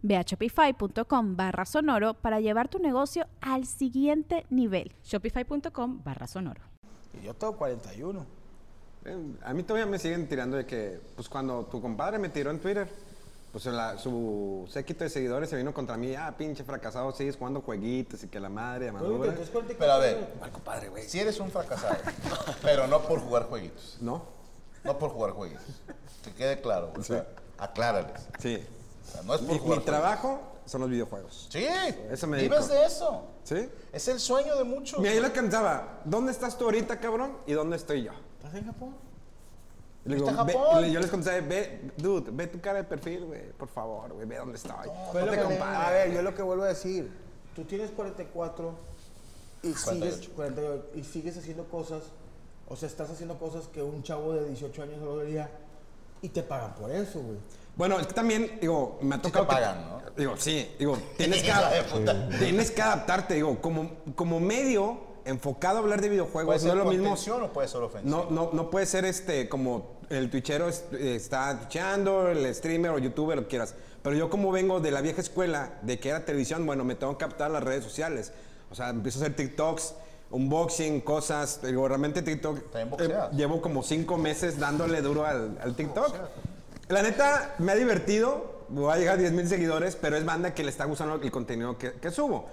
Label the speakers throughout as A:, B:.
A: Ve a shopify.com barra sonoro para llevar tu negocio al siguiente nivel.
B: Shopify.com barra sonoro.
C: Y yo tengo 41.
D: Eh, A mí todavía me siguen tirando de que, pues cuando tu compadre me tiró en Twitter, pues la- su séquito de seguidores se vino contra mí, ah, pinche fracasado, sigues jugando jueguitos y que la madre, la madura.
C: Pero a ver, si eres un fracasado, pero no por jugar jueguitos,
D: No,
C: no por jugar jueguitos, que quede claro, o sea, aclárales.
D: sí.
C: O sea, no es por
D: Mi, Pues
C: jugar
D: mi trabajo son los videojuegos.
C: jueguitos. Sí,
D: Eso me
C: vives
D: dedico.
C: de eso.
D: ¿Sí?
C: Es el sueño de muchos.
D: Mira, yo le cantaba, ¿dónde estás tú ahorita, cabrón? ¿Y dónde estoy yo?
C: ¿Estás en Japón?
D: Y le digo,
C: ¿Fuiste a
D: "Ve",
C: Japón?
D: le- yo les contaba, ve, dude, ve tu cara de perfil, güey, por favor, güey, ve dónde estoy.
E: Fue
D: No
E: lo
D: te
E: que le-
D: compares.
E: a ver, yo lo que vuelvo a decir, tú tienes 44 y sigues
C: 48.
E: 48, y sigues haciendo cosas, o sea, estás haciendo cosas que un chavo de 18 años no debería y te pagan por eso, güey.
D: Bueno, es que también, digo, me ha
C: te
D: tocado. que-
C: pagan, ¿no?
D: Digo, sí, digo, tienes que,
C: Hija de puta.
D: tienes que adaptarte, digo, como, como medio enfocado a hablar de
C: ¿Puede
D: videojuegos, no
C: ser
D: es lo mismo.
C: contención o puede ser ofensiva?
D: No, no, no puede ser este como el twitchero es- está twitchando, el streamer o youtuber, lo que quieras. Pero yo como vengo de la vieja escuela, de que era televisión, bueno, me tengo que captar las redes sociales. O sea, empiezo a hacer TikToks, unboxing, cosas. Digo, realmente TikTok... eh,
C: También boxeas.
D: llevo como cinco meses dándole duro al, al TikTok. La neta, me ha divertido. Voy a llegar a 10 mil seguidores, pero es banda que le está gustando el contenido que, que subo.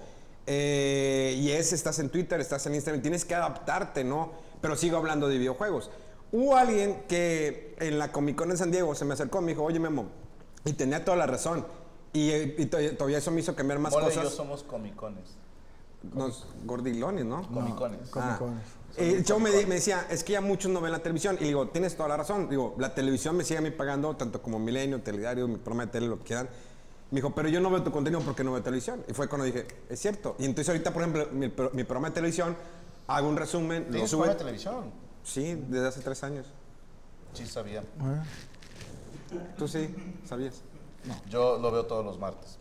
D: Eh, y es, estás en Twitter, estás en Instagram, tienes que adaptarte, ¿no? Pero sigo hablando de videojuegos. Hubo alguien que en la Comic Con en San Diego se me acercó y me dijo, oye Memo, y tenía toda la razón. Y, eh, y to- todavía eso me hizo cambiar más
C: Mole y yo
D: cosas.
C: somos comicones.
D: Nos, gordilones, ¿no?
C: Comicones.
D: Ah.
E: Comicones.
D: Eh, el chavo me, di- me decía, es que ya muchos no ven la televisión. Y digo, tienes toda la razón. Digo, la televisión me sigue a mí pagando, tanto como Milenio, Teledario, mi programa de tele, lo que quieran. Me dijo, pero yo no veo tu contenido porque no veo televisión. Y fue cuando dije, es cierto. Y entonces ahorita, por ejemplo, mi, pro- mi programa de televisión, hago un resumen, lo
C: ¿Tienes
D: subo.
C: programa de televisión?
D: Sí, desde hace tres años.
C: Sí, sabía.
D: Tú sí, sabías.
C: Yo lo veo todos los martes.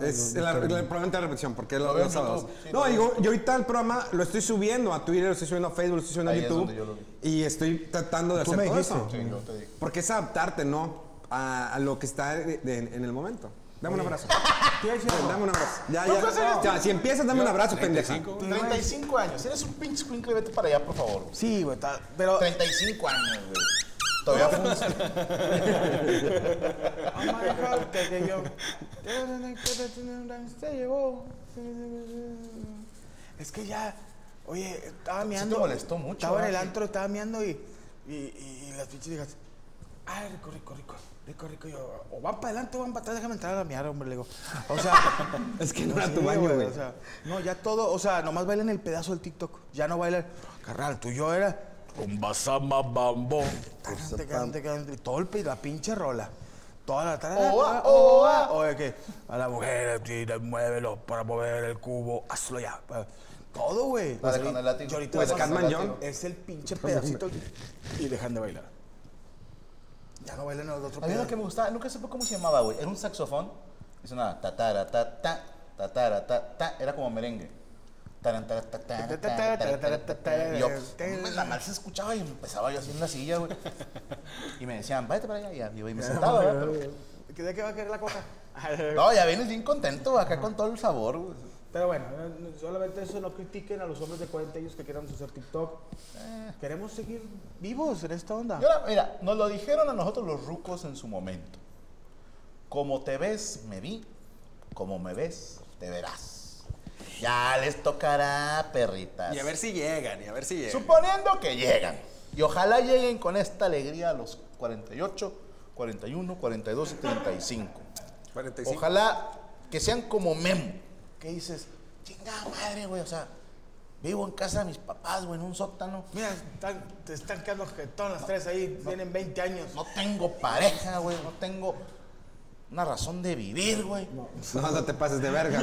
D: es la, la- probablemente la repetición, porque lo
C: Lo veo
D: los
C: en YouTube,
D: sábados.
C: sí,
D: no,
C: lo
D: digo, yo ahorita el programa lo estoy subiendo a Twitter, lo estoy subiendo a Facebook, lo estoy subiendo
C: Ahí
D: a
C: es
D: YouTube.
C: donde yo lo
D: y estoy tratando de
E: Tú
D: hacer
E: me
D: todo
E: dijiste.
D: eso.
C: Sí, yo te digo.
D: Porque es adaptarte, ¿no? A, a lo que está de- de- en el momento. Dame un abrazo. Dame un abrazo. Ya, ya.
C: ¿Cuántos años
D: Ya, si empiezas, dame un abrazo, pendeja.
C: 35 años. Eres un pinche escuincle, vete para allá, por favor. güey.
E: Sí, güey, está- pero
C: 35 años, güey. Todavía funciona.
E: Oh my God, que- que yo- Se llevó. Es que ya, oye, estaba meando.
C: te molestó mucho,
E: Estaba
D: ¿eh?
E: en el
C: ¿verdad?
E: antro, estaba meando y, y, y- y las pinches viejas. Ay, rico, rico, rico. Rico, rico. Yo, o van para adelante o van para atrás, déjame entrar a mear, hombre, le digo. O sea,
D: Es que no era
E: sí,
D: tu baño, güey.
E: O sea, no, ya todo, o sea, nomás bailan el pedazo del TikTok. Ya no bailan. Carnal, tú y yo era.
F: Basama bambo.
E: Cante, cante, cante, y Todo el pe- la pinche rola. Toda la tarde.
C: Oa, oa.
E: O de que a la mujer, tira, muévelo para mover el cubo, hazlo ya. pa- Todo, güey.
C: La de
E: O sea,
C: con el látigo.
E: yo ahorita
C: Pues
E: veo-
D: Catman John.
E: Es el pinche pedacito y dejan de bailar. Ya no bailan el otro
C: Había
E: pedazo.
C: uno que me gustaba, nunca supe cómo se llamaba, güey. Era un saxofón. Es una tatara ta ta tatara ta ta. Era como merengue. Taran, tara, ta, ta, ta, ta, ta, ta, ta, ta. Y yo, pues, la mal se escuchaba y empezaba yo así en una silla, güey. Y me decían, váyate para allá. Y ya, Y me sentaba, ¿verdad? Pero-
E: ¿Que ¿De qué va a querer la coca?
C: No, ya vienes bien contento, acá con todo el sabor, güey.
E: Pero bueno, no- no- solamente eso, no critiquen a los hombres de 40 años que quieran hacer TikTok.
C: Eh.
E: Queremos seguir vivos en esta onda.
C: Y ahora, mira, nos lo dijeron a nosotros los rucos en su momento. Como te ves, me vi. Como me ves, te verás. Ya les tocará, perritas.
D: Y a ver si llegan, y a ver si llegan.
C: Suponiendo que llegan. Y ojalá lleguen con esta alegría a los 48, 41, 42 y 35.
D: 45.
C: Ojalá que sean como Memo. Que dices, chingada madre, güey. O sea, vivo en casa de mis papás, güey, en un sótano.
E: Mira, están, te están quedando todas las tres ahí, tienen 20 años.
C: No tengo pareja, güey. No tengo una razón de vivir, güey.
D: No, no te pases de verga.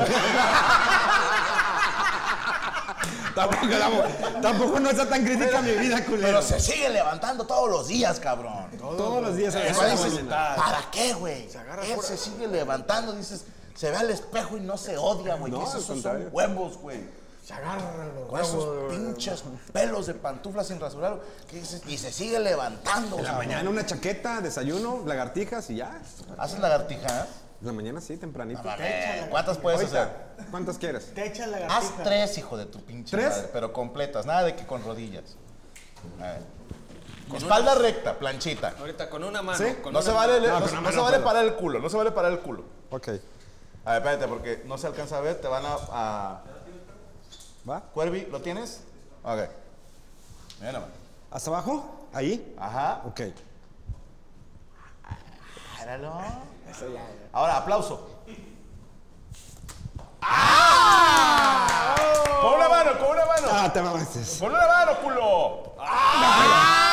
D: tampoco, tampoco, tampoco no está tan crítica mi vida, culero.
C: Pero se sigue levantando todos los días, cabrón.
D: Todos los días a
C: Eso
D: esa
C: dices,
D: mañana.
C: ¿para qué, güey?
E: Se agarra
C: Él
E: pura-
C: se sigue levantando, dices, se ve al espejo y no se odia, güey.
D: No,
C: que
D: al
C: esos son
D: contrario.
C: huevos, güey.
E: Se agarran los
C: Con esos
E: huevos.
C: pinches pelos de pantufla sin rasurar, que dices, y se sigue levantando.
D: En la
C: cabrón.
D: mañana una chaqueta, desayuno, lagartijas y ya.
C: ¿Haces lagartijas?
D: En la mañana sí, tempranito.
C: Vale, ¿Cuántas puedes hacer?
D: ¿Cuántas quieres?
E: Te echan la
C: Haz
E: gatita.
C: tres, hijo de tu pinche
D: ¿Tres?
C: madre, pero completas, nada de que con rodillas. A ver. Con espalda recta, planchita.
G: Ahorita con una mano.
D: ¿Sí?
G: Con
C: No
G: una
C: se
G: mano.
C: vale,
D: No,
C: no,
D: con
C: se-
D: una
C: no
D: mano
C: se vale
D: puedo.
C: parar el culo, no se vale parar el culo.
D: Ok.
C: A ver, espérate, porque no se alcanza a ver, te van a... a...
D: ¿Va?
C: Cuervi, ¿lo tienes? Ok. Mira nomás.
D: ¿Hasta abajo? ¿Ahí?
C: Ajá.
D: Ok.
C: Páralo. Ahora, aplauso. ¡Ah! Con una mano, con una mano.
D: Ah, te mamaste.
C: Con una mano, culo. ¡Ah!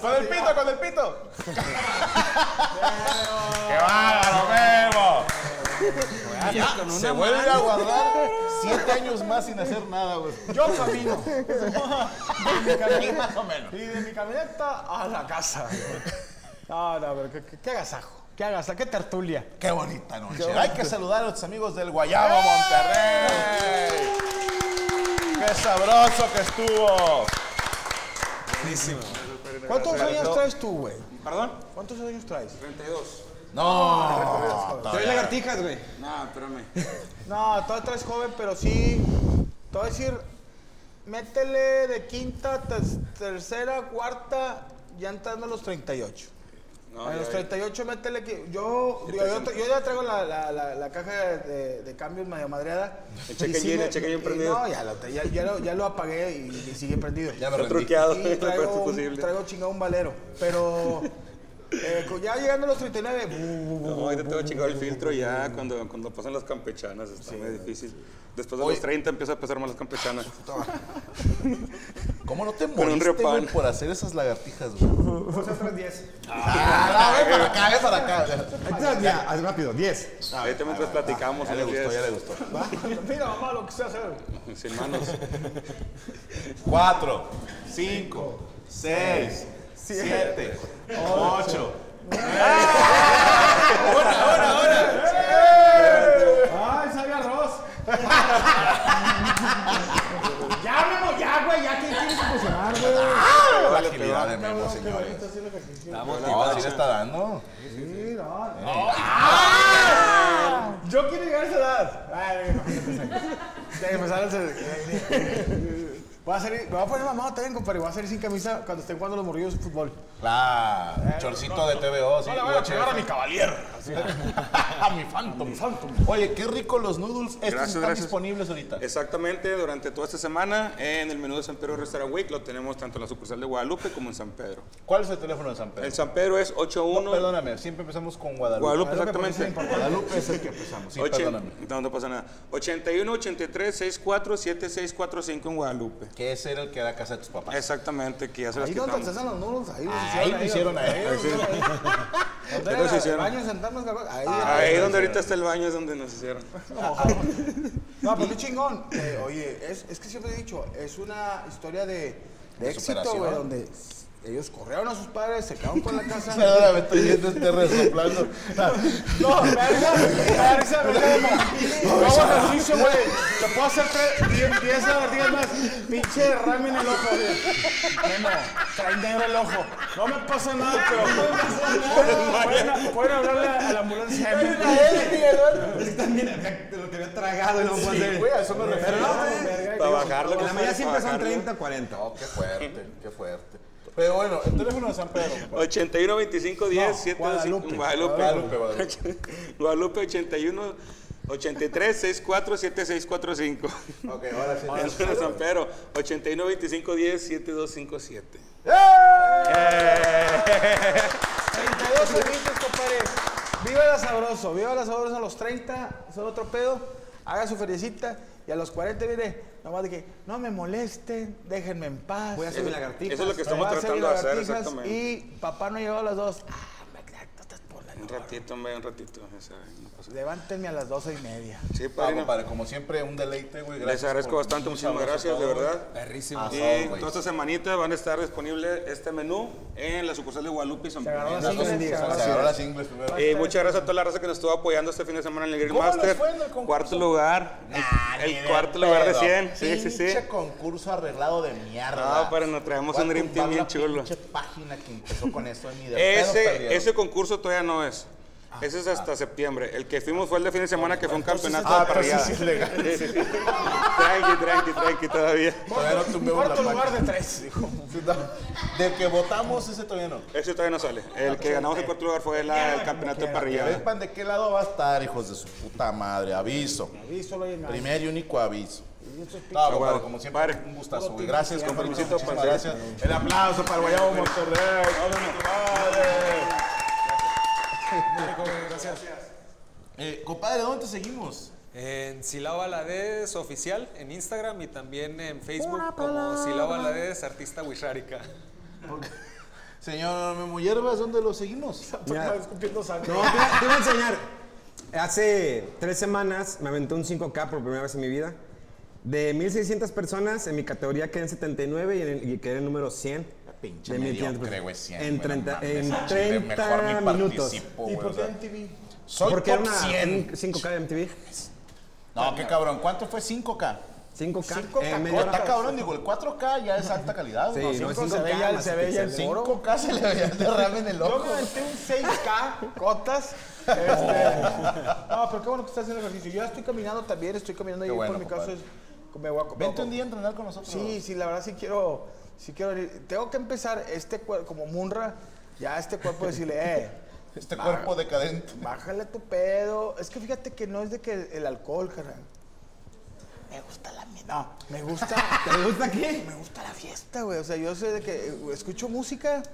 C: Con el pito, con el pito. ¡Qué bárbaro, Memo!
G: Ya, con una
C: Se vuelve a guardar siete años más sin hacer nada, güey.
E: Yo camino.
C: Más o menos.
E: Y de mi camioneta a la casa. No, no, pero qué, qué- qué agasajo. Qué agasajo, qué tertulia.
C: Qué bonita noche. Hay que saludar a los amigos del Guayabo Monterrey. Qué sabroso que estuvo.
D: Buenísimo.
E: ¿Cuántos años traes tú, güey?
H: ¿Perdón?
E: ¿Cuántos años traes?
H: 32.
C: No.
D: Soy lagartijas, güey.
H: No, espérame.
E: No, todavía traes joven, pero sí. Te voy a decir, métele de quinta, ter- tercera, cuarta, ya entrando a los 38.
H: No,
E: a
H: ya
E: los
H: vi.
E: 38 métele que yo, yo, yo, yo ya traigo la, la, la, la caja de, de cambios medio madreada.
H: El
E: Y
H: cheque lleno,
E: me-
H: el cheque lleno
E: y
H: prendido.
E: No, ya lo, ya, ya lo, ya lo apagué y, y sigue prendido.
C: Ya me rendí.
H: truqueado,
E: Y
H: lo peor
E: traigo, un-
H: posible.
E: traigo chingado un valero. Pero eh, con- ya llegando a los 39, bu- bu- bu-
H: No, ahorita tengo chingado el filtro ya cuando, cuando pasan las campechanas, está muy difícil. Después de los 30 empieza a pesar más las campechanas.
C: ¿Cómo no te
H: Con un
C: moriste,
H: río
C: güey,
H: pan.
C: por hacer esas lagartijas, güey? Ah, no, ven para acá, ven para acá.
D: Entonces, ya, haz rápido, 10.
H: Ahorita mientras pues platicamos,
C: Ya le
H: en
C: gustó,
H: las
C: ya le
H: ideas.
C: gustó.
E: Mira, mamá, lo que sé hacer.
H: sin manos.
C: Cuatro, cinco, seis, siete, ocho.
E: ¡Ay, sabe a arroz! ya, Memo, ya, güey, ya, ¿qué quieres impresionar, güey?
C: La agilidad de Memo, señores. Estamos no, sí le está dando.
E: Yo quiero llegar a esa edad. Ay, ya empezaron a ser- Voy a salir, me voy a poner mamado también, compadre. Voy a salir sin camisa cuando estén jugando los morrillos de fútbol.
C: Claro, chorcito de TVO. sí, watch it.
E: caballero.
C: a mi Phantom. Oye, qué rico los noodles. Estos
H: Gracias,
C: están
H: gracias.
C: disponibles ahorita.
H: Exactamente, durante toda esta semana en el menú de San Pedro Restaurant Week lo tenemos tanto en la sucursal de Guadalupe como en San Pedro.
C: ¿Cuál es el teléfono de San Pedro?
H: El San Pedro es
C: No,
H: 81...
C: perdóname, siempre empezamos con Guadalupe. por
H: Guadalupe,
C: eso es
H: exactamente.
C: importante. Guadalupe es el que empezamos. Sí,
H: Ochen-
C: perdóname.
H: no, no pasa nada. 81 83 64 7645 en Guadalupe.
C: Que ese era el que era casa de tus
H: Eh,
C: papás.
H: Exactamente, que ya se las
E: Ahí donde se
H: quitamos.
E: hacen los nudos, ahí los
C: Ahí lo hicieron a ellos.
E: Donde
H: Ahí los
E: era el
H: hicieron.
E: baño, sentarnos, cabrón, Ah, ahí.
H: Ahí donde ahorita está el baño es donde nos hicieron.
E: No, pero qué chingón. Eh, oye, es, es que siempre he dicho, es una historia de, de
C: De
E: éxito, güey,
C: superación.
E: donde ellos corrieron a sus padres, se quedaron con la casa.
C: Perdóname, estoy viendo este resoplando.
E: No, me da risa, me da risa, me da risa. No hago ejercicio, güey. Te puedo hacer tres, diez, diez lagartijas más. Pinche derrame en el ojo, güey. No, no, trae negro el ojo. No me pasa nada, pero. Pueden, pueden hablarle a la ambulancia.
D: Es que también había- lo que había tragado y no puedo hacer.
C: Güey, a eso me refiero.
D: Pero no, eh,
H: Para bajarle.
D: en la mañana siempre son 30, 40.
C: No, Oh, qué fuerte, qué fuerte. Pero bueno, el teléfono de San Pedro. pues.
H: 81 25 10
C: Guadalupe.
H: 725
C: Guadalupe,
H: Guadalupe.
C: Guadalupe.
H: Guadalupe 81 83 64 7645.
C: Ok, ahora sí.
H: Antonio San Pedro, 81 25 10 7257.
E: añitos, compadre. Viva la sabroso, viva la sabroso a los 30, son otro pedo. Haga su feriecita y a los 40 viene nomás de que no me molesten, déjenme en paz.
D: Voy a hacer mi lagartija.
H: Eso es lo que
E: Voy
H: estamos
E: a hacer
H: tratando de hacer,
E: lagartijas
H: exactamente.
E: Y papá no llegó a las 2. Ah, me exacto, estás por la
H: Un ratito, hombre, un ratito. o sea, no pasa nada.
E: Levántenme a las 12 y media.
H: Sí,
C: Ah,
H: padrino.
C: compadre, como siempre, un deleite, güey. Gracias.
H: Les agradezco
C: por-
H: bastante, muchísimas
C: sabroso
H: gracias, de
C: todo, güey.
H: verdad.
G: Perrísimo.
C: Ah,
H: Y
C: no, güey.
H: toda esta semanita van a estar disponible este menú en la sucursal de Guadalupe y San
E: agarró
H: Pedro.
E: las
C: Gracias,
E: ingles,
C: gracias.
E: gracias.
C: Se agarró las ingles primero.
H: Eh, muchas gracias a toda la raza que nos estuvo apoyando este fin de semana en el Grill
C: ¿Cómo les
H: Master.
C: fue en el concurso?
H: cuarto lugar. el-
C: Nah, ni
H: el
C: de
H: cuarto lugar de
C: pedo.
H: 100. Sí, sí, sí.
C: Pinche concurso arreglado de mierda.
H: No, pero nos traemos
C: Voy a
H: un Dream Team
C: tumbar
H: bien
C: la
H: chulo.
C: pinche página que empezó con eso ni de pedo perdieron. Ah,
H: Ese, ese concurso todavía no es. Ese es hasta septiembre. El que fuimos fue el de fin de semana que fue un campeonato de parrillada.
C: entonces sí es legal.
H: Sí, sí, sí. tranqui, tranqui, tranqui todavía.
C: Todavía no tumbé
E: Cuarto
C: una
E: lugar
C: página.
E: de tres. dijo.
C: Del que votamos, ese todavía no.
H: Ese todavía no sale.
C: Ah,
H: El que ganamos el cuarto lugar fue la- el campeonato de parrillada.
C: Sepan de qué lado va a estar, hijos de su puta madre. Aviso.
E: Aviso, lo llenaron.
C: Primer y único aviso.
H: Ah,
C: No, compadre,
H: bueno.
C: como siempre,
H: Padre.
C: un gustazo, güey. Gracias, compadre.
H: Permisito,
C: Muchísimas
H: padre.
C: gracias. El aplauso para el Guayabo Monterrey. Eh, compadre, ¿dónde te seguimos?
G: En Silao Valadez oficial en Instagram y también en Facebook como Silao Valadez artista Wishárika.
C: Señor Memo Hierbas, ¿dónde lo seguimos?
D: Mira,
E: Escupiendo sangre.
D: No, te, iba- te iba a enseñar. Hace tres semanas me aventé un 5K por primera vez en mi vida. De 1.600 personas, en mi categoría quedé en 79 y, en el- y quedé en el número 100.
C: Pinche
D: de 1500
C: mediocre, güey,
D: personas.
C: cien,
D: En
C: güey, no
D: 30,
C: mames,
D: en
C: al chile,
D: 30
C: mejor ni
D: minutos.
C: participo,
E: ¿Y
C: güey,
E: por
C: o
E: qué
C: sea.
E: en TV?
C: Soy
D: Porque
C: top
D: era una,
C: 100.
D: un 5K de MTV.
C: No, qué cabrón. ¿Cuánto fue 5K?
D: 5K.
E: 5K,
D: en media
C: Oye,
D: hora.
C: está cabrón, digo, el 4K ya es alta calidad.
D: Sí, no,
C: ¿no? Cinco-
D: 5K
E: se ve ya el-
D: más
E: se ve ya el
D: pixel.
C: 5K se le veía el derrame en el
E: Yo
C: ojo.
E: me aventé un 6K, cotas. Este, no, pero qué bueno que estás haciendo ejercicio. Yo ya estoy caminando también, estoy caminando
C: Qué
E: ahí
C: bueno,
E: por mi casa.
C: compadre.
E: es- Me voy a
C: Vente un día a entrenar con nosotros.
E: Sí, sí, la verdad sí quiero, sí quiero ir. Tengo que empezar este cuerpo, como Munra, ya este cuerpo decirle, eh,
C: Este cuerpo decadente.
E: bájale tu pedo. Es que fíjate que no es de que el alcohol, carnal. Me gusta la mierda. No, me gusta,
D: ¿Te gusta qué?
E: me gusta la fiesta, güey. O sea, yo sé de que eh, escucho música,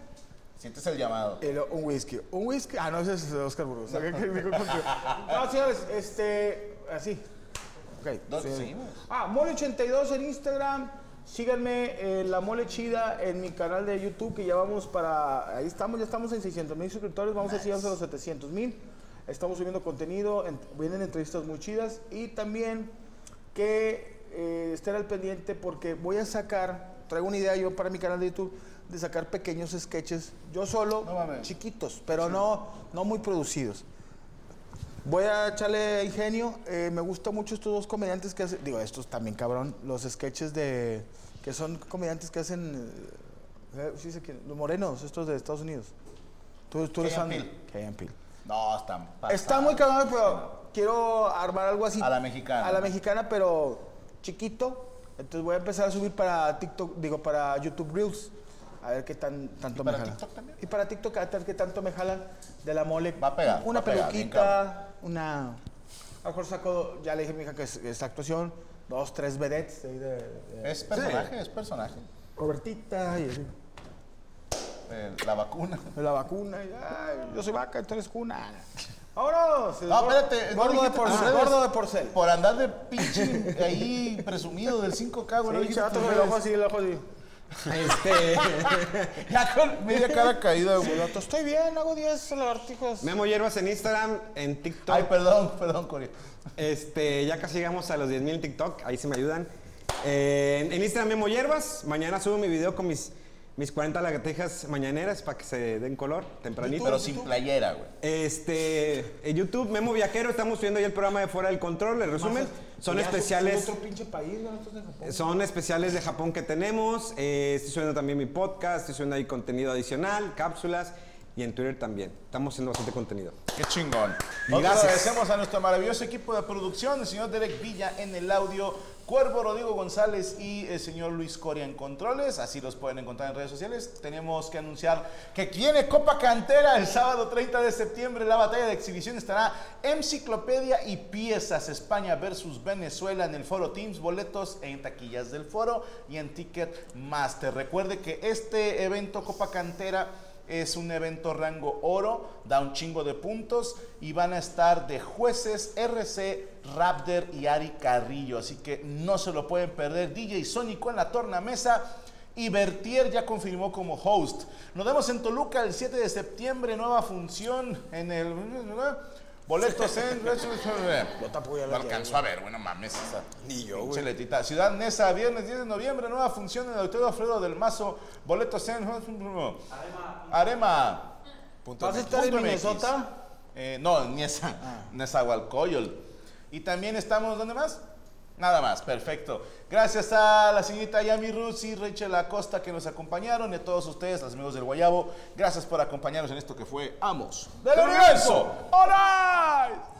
C: Sientes el llamado.
E: y luego un whisky. Un whisky. Ah, no, ese es Oscar Burgos. Ok, ok, mi conclusión. No, señores, este. Así. Ok.
C: ¿Dónde
E: sí.
C: seguimos?
E: Ah, Mole82 en Instagram. Síganme eh, La Mole Chida en mi canal de YouTube, que ya vamos para. Ahí estamos, ya estamos en 600 mil suscriptores. Vamos a llegar a los 700 mil. Estamos subiendo contenido. ent- vienen entrevistas muy chidas. Y también que eh, estén al pendiente porque voy a sacar. Traigo una idea yo para mi canal de YouTube de sacar pequeños sketches. Yo solo,
C: No mames.
E: chiquitos, pero no, no muy producidos. Voy a echarle ingenio. Eh, me gustan mucho estos dos comediantes que hacen. Digo, estos también, cabrón. Los sketches de. que son comediantes que hacen. eh, sí sé quién, los morenos, estos de Estados Unidos. Tú, tú eres
C: Key
E: fan.
C: and
E: de-
C: Peele.
E: Key and Peele.
C: No, están pasados.
E: Está muy cabrón, pero quiero armar algo así.
C: A la mexicana.
E: A la mexicana, pero chiquito. Entonces voy a empezar a subir para TikTok, digo, para YouTube Reels. A ver qué tan, tanto
C: para
E: me jala.
C: TikTok también?
E: Y para TikTok, a ver qué tanto me jala de la mole.
C: Va a pegar,
E: Una
C: va a pegar, bien
E: peluquita, una. A lo mejor saco, ya le dije a mi hija que es, es actuación, dos, tres vedettes ahí de. de
C: Es personaje, es personaje.
E: Robertita y así.
C: Eh, la vacuna.
E: La vacuna, y, ay, yo soy vaca, tú eres cuna. ¡Vámonos!
C: No, espérate. no
E: Gordo, de
C: dijiste tus
E: porcel,
C: redes.
E: Ah, gordo de porcel.
C: Por andar de pinche ahí presumido del 5K, güey. no
E: Sí,
C: dijiste
E: chato,
C: tus
E: con el
C: redes.
E: ojo así, el ojo así.
D: Este,
C: Ya con media cara caída,
E: El
C: güey.
E: vato, estoy bien, hago 10 lagartijas.
D: Memo Hierbas en Instagram, en TikTok.
C: Ay, perdón, perdón, Corea.
D: Este, ya casi llegamos a los 10.000 en TikTok, ahí se me ayudan. Eh, en Instagram Memo Hierbas, mañana subo mi video con mis, mis 40 lagartijas mañaneras para que se den color tempranito.
C: Pero sin playera, güey.
D: Este, en YouTube Memo Viajero, estamos subiendo ya el programa de Fuera del Control, el resumen. Son
E: Ya,
D: especiales,
E: Otro pinche país, ¿no? Estos de Japón.
D: son especiales de Japón que tenemos. Eh, estoy subiendo también mi podcast, estoy subiendo ahí contenido adicional, cápsulas y en Twitter también. Estamos haciendo bastante contenido.
C: Qué chingón.
D: Y
C: Nosotros
D: gracias.
C: agradecemos a nuestro maravilloso equipo de producción, el señor Derek Villa en el audio, Cuervo Rodrigo González y el señor Luis Coria en Controles. Así los pueden encontrar en redes sociales. Tenemos que anunciar que tiene Copa Cantera el sábado 30 de septiembre. La batalla de exhibición estará Enciclopedia y Piezas España versus Venezuela en el Foro Teams. Boletos en taquillas del Foro y en Ticketmaster. Recuerde que este evento Copa Cantera es un evento rango oro, da un chingo de puntos y van a estar de jueces RC, Raptor y Ari Carrillo. Así que no se lo pueden perder. DJ Sónico en la tornamesa. Y Bertier ya confirmó como host. Nos vemos en Toluca el 7 de septiembre, nueva función en el... Boletos en... Lo alcanzó a ver, bueno, mames. esa
H: Ni yo,
C: Pinche
H: güey.
C: letita. Ciudad Nesa, viernes 10 de noviembre, nueva función en el Auditorio Alfredo del Mazo. Boletos en... Arema.
E: Punto ¿Vas a estar en
C: Punto MX.
E: Minnesota? Ah.
C: Eh, no, ni esa. Y también estamos, ¿dónde más? Nada más, perfecto. Gracias a la señorita Yami Ruz y Rachel Acosta que nos acompañaron y a todos ustedes, los amigos del Guayabo. Gracias por acompañarnos en esto que fue Amos del Universo. ¡Alright!